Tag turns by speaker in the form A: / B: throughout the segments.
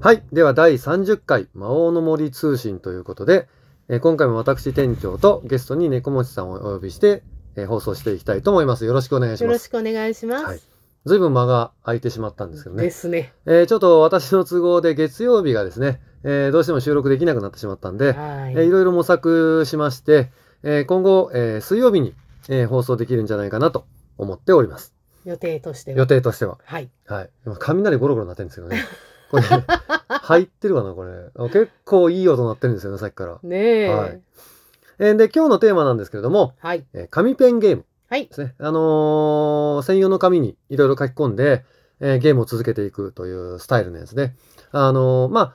A: はい。では第30回、魔王の森通信ということで、えー今回も私店長とゲストに猫持ちさんをお呼びして、えー放送していきたいと思います。よろしくお願いし
B: よ
A: ま
B: ろ
A: す。
B: しくお願いします。
A: はいずいぶん間が空いてしまったんですけどね
B: で。すね。
A: えーちょっと私の都合で月曜日がですね、えーどうしても収録できなくなってしまったんで、
B: はい
A: えーいろいろ模索しまして、えー今後、えー水曜日に、えー放送できるんじゃないかなと思っております。
B: 予定としては。
A: 予定としては。
B: はい。
A: はい。今雷ゴロゴロ鳴ってるんですけどね。これ、入ってるかなこれ。あ結構いい音鳴ってるんですよね、さっきから。
B: ねえ。
A: は
B: はいい。
A: えーで、今日のテーマなんですけれども、
B: はい。
A: えー紙ペンゲーム
B: はい
A: で。すね。あのー専用の紙にいろいろ書き込んで、えーゲームを続けていくというスタイルのやつね。あのーまあ、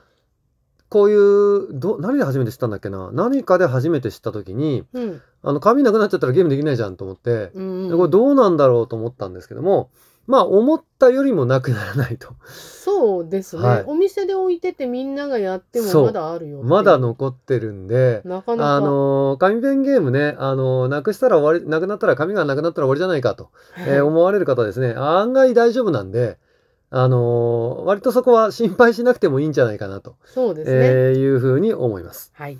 A: こういう、ど、何で初めて知ったんだっけな何かで初めて知った時に、
B: うん。
A: あの、紙なくなっちゃったらゲームできないじゃんと思って、
B: うん
A: これどうなんだろうと思ったんですけども、まあ、思ったよりもなくならないと。
B: そうですね、
A: はい
B: お店で置いててみんながやって
A: そう
B: もまだあるよっていう
A: まだ。残ってるんで、
B: なかなか。
A: あのー紙ペンゲームね、あのーなくしたら終わり、なくなったら、紙がなくなったら終わりじゃないかと、
B: はい
A: えー思われる方はですね、案外大丈夫なんで、あのー割とそこは心配しなくてもいいんじゃないかなと、
B: そうですね。
A: えーいうふうに思います。
B: はい。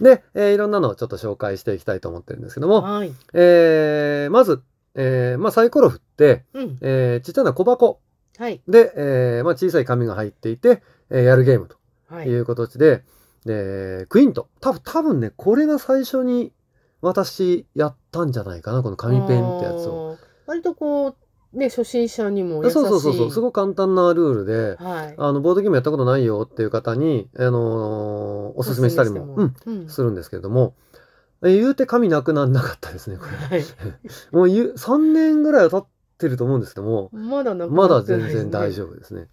A: で、えーいろんなのをちょっと紹介していきたいと思ってるんですけども、
B: はい。
A: えーまず、えーまあ、サイコロ振って、
B: うん。
A: えーちっちゃな小箱
B: はい。
A: で、えーまあ、小さい紙が入っていて、えーやるゲームと。
B: はいい。
A: う形で、でクイント多分多分ねこれが最初に私やったんじゃないかなこの紙ペンってやつを。
B: あー。割とこう、ね、初心者に
A: そう
B: も優しい。
A: そうそうそうす
B: ご
A: ごく簡単なルールで、
B: はい。
A: あのボードゲームやったことないよっていう方に、あのーおすすめしたりも
B: おす
A: うん
B: すめしてもうん。
A: するんですけれども。え言うて紙なくなんなかったですね、これ。
B: はい。
A: もう言う3年ぐらいは経ってると思うんですけども、
B: まだなく
A: ま
B: な
A: だ
B: ってない
A: 全
B: ですね
A: 然大丈夫ですね。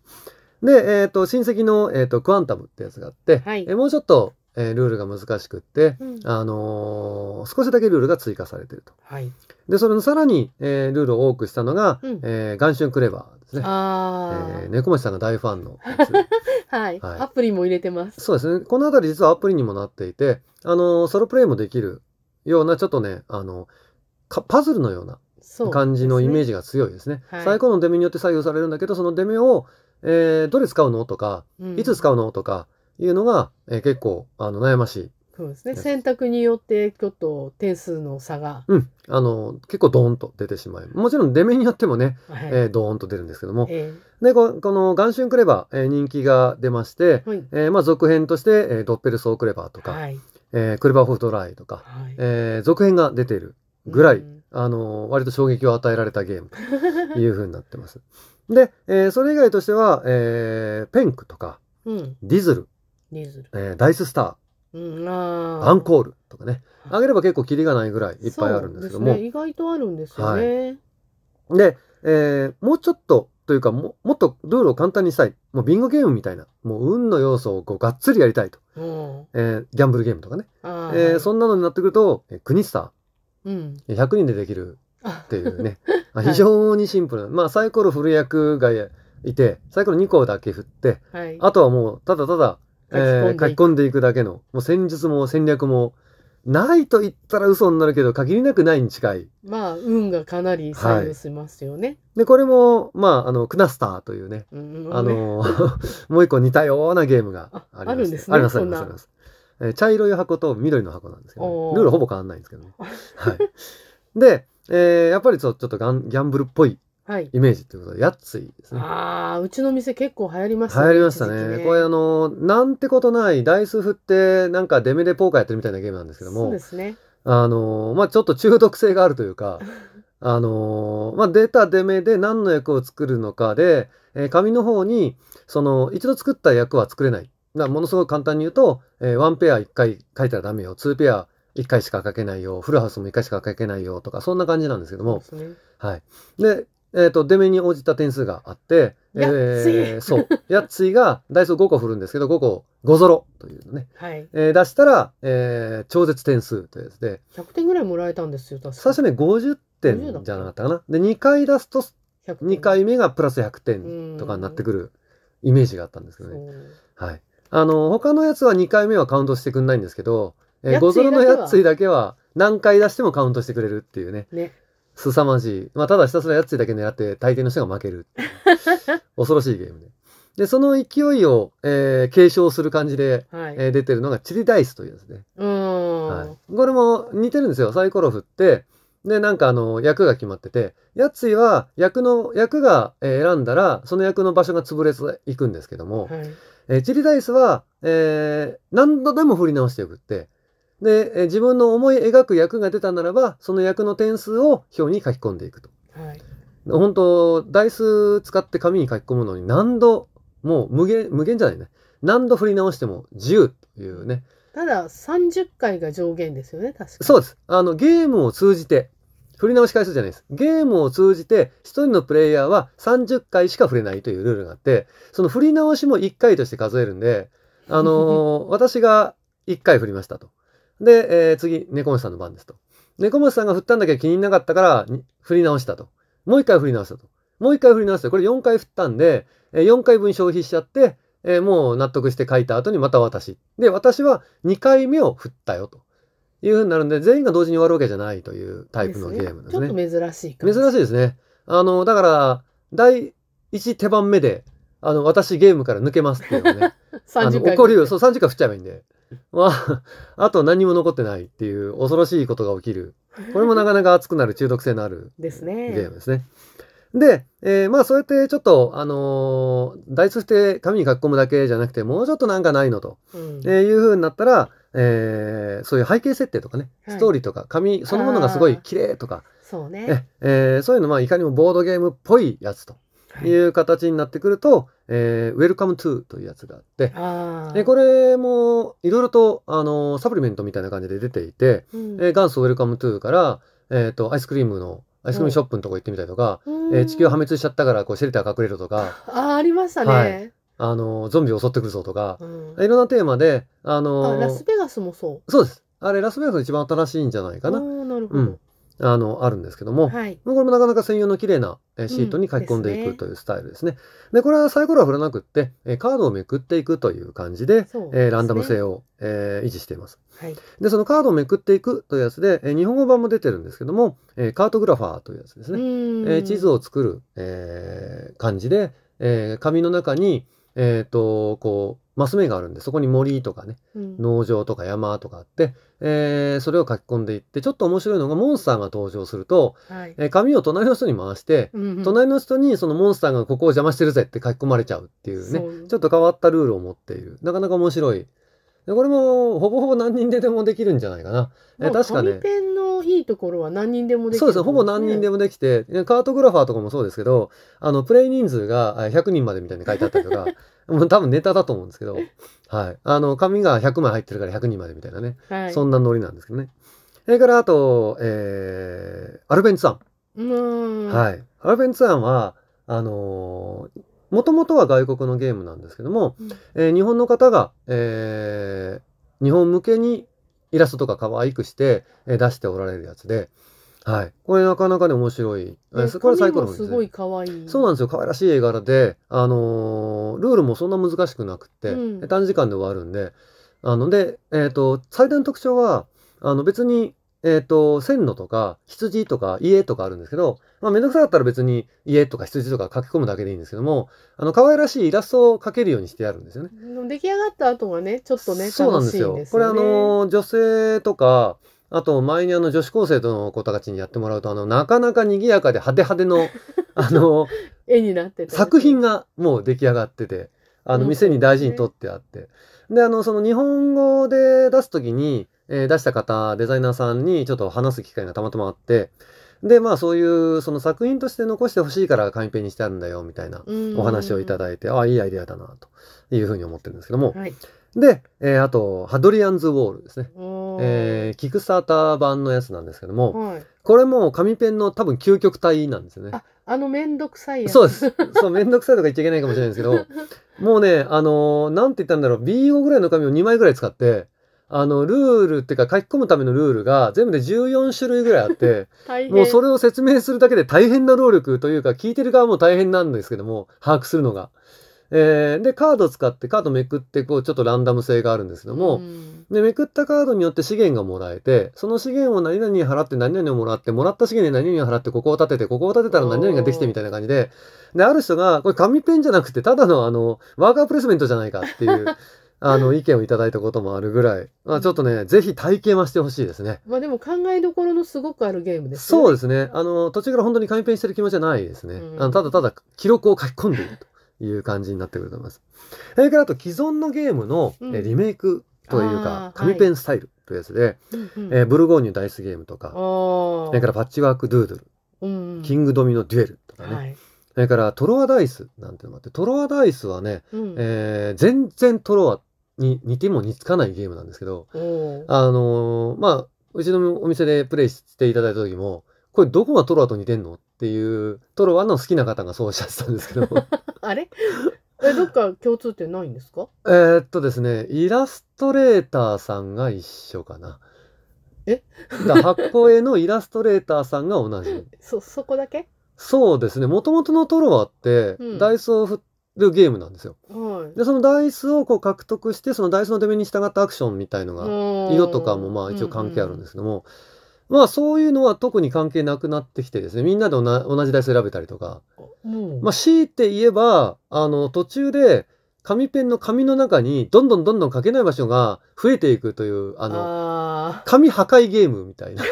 A: で、えっ、と、親戚の、えー、とクアンタムってやつがあって、
B: はい
A: えもうちょっと、えールールが難しくって、
B: うん
A: あのー少しだけルールが追加されてると。
B: はい。
A: で、それのさらに、えールールを多くしたのが、
B: うん
A: えー、元春クレバーですね。え
B: ああ、
A: ー、猫町さんが大ファンの やつ。
B: はい。
A: はい
B: アプリも入れてます。
A: そうですね。このあたり実はアプリにもなっていて、あのーソロプレイもできるような、ちょっとね、あの、かパズルのような
B: そう。
A: 感じのイメー
B: ジ。
A: ジが強いですね。
B: はい
A: サイコロの出目によって左右されるんだけど、その出目を、えーどれ使うのとか、
B: うん
A: いつ使うのとかいうのが、えー結構あの悩ましい。
B: そうですね。選択によって、ちょっと点数の差が。
A: うん。あの、結構ドーンと出てしまう。もちろん出目によってもね、
B: はい。
A: えードーンと出るんですけども。
B: えー
A: で、ここの元春クレバー、えー人気が出まして、
B: はい。
A: えーまあ続編として、えードッペルソークレバーとか、
B: はい。
A: えークレバーホフトライとか、
B: はい。
A: えー続編が出ているぐらい、
B: うん
A: あのー割と衝撃を与えられたゲームというふうになってます。で、えーそれ以外としては、えーペンクとか、
B: うん。
A: ディズル、
B: リズル。
A: えーダイススタ
B: うん。あ
A: ー、
B: ー
A: アンコールとかね、
B: はい
A: あげれば結構キリがないぐらいいっぱいあるんですけども、
B: そうね意外とあるんですよね。
A: で、えーもうちょっとというかも、もっとルールを簡単にしたい。もうビンゴゲームみたいな。もう運の要素をこうがっつりやりたいと。
B: うん。
A: えーギャンブルゲームとかね。
B: あ
A: えーそ
B: ん。
A: んなのになってくると、えークニスタ
B: うん。
A: ー、100人でできる
B: あ
A: っていう ね。あ
B: はい
A: 非常にシンプルな。まあサイコロ振る役がいて、サイコロ2個だけ振って、
B: はい。
A: あとはもうただただ、えー書き
B: んで
A: 込んでいくだけの、もう戦術も戦略も、ないと言ったら嘘になるけど、限りなくないに近い。
B: いく。まあ、運がかなり左右しますよね。
A: で、これも、まあ、あの、クナスターというね、
B: うん。
A: あ、の ーもう一個似たようなゲームが
B: あ
A: ありま
B: あるんですね
A: あります、あ
B: そ
A: り
B: ん
A: ま
B: な
A: す、あります。えー茶色い箱と緑の箱なんですけどね、
B: おー
A: ルールほぼ変わんないんですけど ね。はい。で、えーやっぱりそうちょっとガンギャンブルっぽい
B: はい。
A: イメージということで、やっついですね。
B: ああ、うちの店結構流行りました
A: 流行りましたね。これあ
B: の、
A: のーなんてことない、ダイス振って、なんかデメでポーカーやってるみたいなゲームなんですけど
B: そう
A: も
B: で、すね。
A: あのーまあちょっと中毒性があるというか、あのーまあ出た出目で何の役を作るのかで、えー紙の方に、その、一度作った役は作れない。なものすごく簡単に言うと、えー、1ペア1回書いたらダメよ、2ペア1回しか書けないよ、フルハウスも1回しか書けないよ、とか、そんな感じなんですけども、
B: そうですね。
A: はい。で、えっ、と、出目に応じた点数があって、え
B: やっつい
A: ーそう。やっついが、ダイソー5個振るんですけど、5個、5ゾロというのね。
B: はい。
A: えー出したら、えー超絶点数というやつで、
B: 100点ぐらいもらえたんですよ、確か
A: 最初ね50点じゃなかったかなで2回出すと
B: 100点
A: 2回目がプラス100点とかになってくるイメージがあったんですけどね、
B: そう
A: はい、あの他のやつは2回目はカウントしてくんないんですけど、えー、
B: やっつい
A: 5ゾロの
B: だけは
A: やっついだけは何回出してもカウントしてくれるっていうね
B: ね。
A: 凄 まじい、まあ、ただひたすらやっついだけ狙って大抵の人が負ける恐ろしいゲームでで、その勢いを、えー継承する感じで、
B: はい。
A: えー出てるのがチリダイスというですね。
B: うーん。
A: はい、これも似てるんですよ。サイコロ振って、で、なんかあの、役が決まってて、やついは役の、役がえー選んだら、その役の場所が潰れていくんですけども、
B: はい。
A: えーチリダイスは、えー何度でも振り直していくって、で、えー自分の思い描く役が出たならば、その役の点数を表に書き込んでいくと。
B: はい。
A: 本当ダイス使って紙に書き込むのに何度、もう無限、無限じゃないね。何度振り直しても自由というね。
B: ただ、30回が上限ですよね、確か
A: そうです。あの、ゲームを通じて、振り直し回数じゃないです。ゲームを通じて、一人のプレイヤーは30回しか振れないというルールがあって、その振り直しも1回として数えるんで、あのー私が1回振りましたと。で、えー次、猫町さんの番ですと。猫町さんが振ったんだけど気になかったから、に振り直したと。もう1回振り直したと。もう1回振り直したと。これ4回振ったんで、え4回分消費しちゃって、えーもう納得して書いた後にまた私。で、私は2回目を振ったよと。いうふうになるんで、全員が同時に終わるわけじゃないというタイプのゲームですね。
B: ちょっと珍しい感
A: 珍
B: じ。
A: しいですね。あの、だから、第1手番目で、あの、私ゲームから抜けますっていうのを ね、あの
B: 30回。
A: 怒りを、そう、30回振っちゃえばいいんで。まあ、あと何も残ってないっていう恐ろしいことが起きる。これもなかなか熱くなる中毒性のある
B: ですね。
A: ゲームですね。で、えーまあそうやってちょっと、あのー、ダイスして紙に書き込むだけじゃなくて、もうちょっとなんかないのと、
B: うん
A: えーいう風になったら、えーそういう背景設定とかね、
B: はい
A: ストーリーとか、紙そのものがすごい綺麗とか、
B: そうね。
A: ええーそういうの、まあ、いかにもボードゲームっぽいやつと
B: はい
A: いう形になってくると、えー、Welcome to というやつがあって、
B: ああ。
A: えーこれもいろいろと、あのーサプリメントみたいな感じで出ていて、
B: うん
A: えー元祖 Welcome to から、えー、とアイスクリームのアイスクリームショップのとこ行ってみたりとか、えー地球破。
B: うん
A: 滅しちゃったからこうシェルター隠れるとか、
B: ああ、ありました
A: はい
B: ね。
A: あのーゾンビ襲ってくるぞとか、
B: うん
A: いろんなテーマで、あ
B: あ、
A: のー
B: ラスベガスもそう。
A: そうです。あれ、ラスベガスの一番新しいんじゃないかな。
B: おーなるほ
A: う
B: ど
A: ん。あの、あるんですけども、
B: はい。
A: これもなかなか専用の綺麗なえーシートに書き込んでい
B: です
A: く
B: ね
A: というスタイルですね。で、これはサイコロは振らなくって、えーカードをめくっていくという感じで、
B: そう
A: えーランダム
B: で
A: 性を、えー維持しています。
B: すね。はい。
A: で、そのカードをめくっていくというやつで、えー日本語版も出てるんですけども、えーカートグラファーというやつですね。えー地図
B: を。
A: を作る、えー感じで、えー紙の中に、えっ、と、こう、マス目があるんで、そこに森とかね、
B: うん
A: 農場とか山とかあって、えーそれを書き込んでいってちょっと面白いのがモンスターが登場すると、
B: はい。
A: えー紙を隣の人に回して、
B: うんうん
A: 隣の人にそのモンスターがここを邪魔してるぜって書き込まれちゃうっていうね
B: そう
A: ちょっと変わったルールを持っているなかなか面白いでこれもほぼほぼ何人ででもできるんじゃないかな、えー
B: まあ
A: 確かね
B: 紙ペンのいいところは何人でもできる。
A: そうですねほぼ何人で
B: も。
A: もできて、ねカートグラファーとかもそうですけどあのプレイ人数があ100人までみたいに書いてあったり とかもう多分ネタだと思うんですけど、はい、あの紙が100枚入ってるから100人までみたいなね
B: はい。
A: そんなノリなんですけどね。それからあと、えー、アルベンツアン。
B: うーん。い。
A: はい。アルベンツアンは、あのー、もともとは外国のゲームなんですけども、えー日本の方が、えー日本向けにイラストとか可愛くして、えー出しておられるやつで、はい。これなかなかね、面白い。えー
B: ね
A: そこれサイコロ
B: 紙
A: です
B: もす
A: ね。
B: ごい可愛い。
A: そうなんですよ可愛らしい絵柄で、あのールールもそんな難しくなくって、
B: うん
A: 短時間で終わるんであので、えー、と最大の特徴はあの別に、えー、と線路とか羊とか家とかあるんですけど、まあ、めんどくさかったら別に家とか羊とか書き込むだけでいいんですけどもあの可愛らしいイラストを描けるようにしてあるんですよね。
B: 出来上がった後がね、ちょっとね、
A: そうなんですよ。
B: 楽しいんです
A: これあ
B: よね
A: の女性とかあと前にあの女子高生との子たちにやってもらうとあのなかなか賑やかで派手派 手のあの
B: 絵になってたり
A: 作品がもう出来上がってて、あの、
B: うん
A: 店に大事に取ってあって。で、あの、その日本語で出すときに、えー出した方、デザイナーさんにちょっと話す機会がたまたまあって、で、まあそういう、その作品として残してほしいから紙ペンにしてあるんだよ、みたいなお話をいた
B: い
A: だいて、ああ、いいアイデアだな、というふうに思ってるんですけども。
B: はい。
A: で、えーあと、ハドリアンズ・ウォールですね。
B: おー
A: えーキックスターター版のやつなんですけども、
B: はい。
A: これも紙ペンの多分究極体なんですよね。
B: あ、あのめんどくさいやつ。
A: そうです。そう、めんどくさいとか言っちゃいけないかもしれないですけ ど、もうね、あのーなんて言ったんだろう、BO ぐらいの紙を2枚ぐらい使って、あの、ルールっていうか書き込むためのルールが全部で14種類ぐらいあっ て、
B: 大変。
A: もうそれを説明するだけで大変な労力というか、聞いてる側も大変なんですけども、把握するのが。えーで、カードを使って、カードめくって、こう、ちょっとランダム性があるんですけども、
B: うん
A: で、めくったカードによって資源がもらえて、その資源を何々に払って何々をもらって、もらった資源で何々を払って、ここを建てて、ここを建てたら何々ができてみたいな感じで、で、ある人が、これ紙ペンじゃなくて、ただのあの、ワーカープレイスメントじゃないかっていう、 あの、意見をいただいたこともあるぐらい、まあ、ちょっとね、ぜひ体験はしてほしいですね。
B: まあでも考えどころのすごくあるゲームです
A: そう
B: で
A: ですね。あの、途中から本当に紙ペンしてる気持ちはないですね。
B: うん
A: あのただただ記録を書き込んでいるという感じになってくると思います。それからあと既存のゲームの、
B: うん
A: えリメイクというか、
B: あーはい
A: 紙ペンスタイルというやつで、
B: す。うんうん
A: えーブルゴーニュダイスゲームとか、
B: ああ。
A: それからパッチワークドゥードル、
B: うんうん、
A: キングドミノデュエルとかね、
B: はい。
A: それからトロワダイスなんてのもあって、トロワダイスはね、
B: うん
A: えー全然トロワに似ても似つかないゲームなんですけど、
B: おー
A: あのーまあ、うちのお店でプレイしていただいた時も、これどこがトロワと似てんのっていう、トロワの好きな方がそうおっしゃってたんですけ ど、
B: あれえ、どっか共通点ないんですか
A: えーっとですね、イラストレーターさんが一緒かな。
B: え
A: だから箱絵のイラストレーターさんが同じ。
B: そ、そこだけ
A: そうですね、もともとのトロワって
B: う、ん
A: ダイスを振るゲームなんですよ。
B: はい。
A: で、そのダイスをこう獲得して、そのダイスの出目に従ったアクションみたいのが色
B: 色
A: とかもまあ一応関係あるんですけども、まあそういうのは特に関係なくなってきてですね、みんなで同同じ台数選べたりとか、
B: うん
A: まあ強いて言えば、あの途中で紙ペンの紙の中にどんどんどんどん書けない場所が増えていくという、あの、
B: あ
A: 紙破壊ゲームみたいな。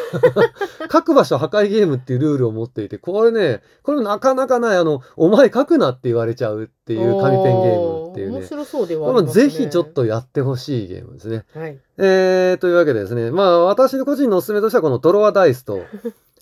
A: 書く場所破壊ゲームっていうルールを持っていて、これね、これなかなかない、あの、お前書くなって言われちゃうってい
B: ー
A: う紙ペンゲームっていう
B: おー面
A: ね。
B: 白そうでは
A: これ
B: あり
A: も
B: ますね
A: ぜひちょっ。とやってほしいゲームですね。
B: はい。
A: えー、というわけでですね、まあ私の個人のおすすめとしてはこのドロワダイスと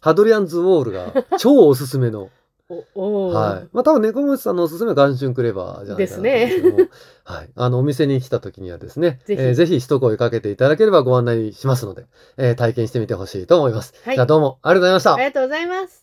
A: ハドリアンズ・ウォールが超おすすめの、
B: お、おー
A: はい。まあ多分猫虫さんのおすすめは元春クレバーじゃないかなと思うんですけども。 はい。あの、お店に来た時にはですね、
B: ぜひ
A: えーぜひ一声かけていただければご案内しますので、えー体験してみてほしいと思います。
B: はい
A: じゃあどうもありがとうございました
B: あり。がとうございます。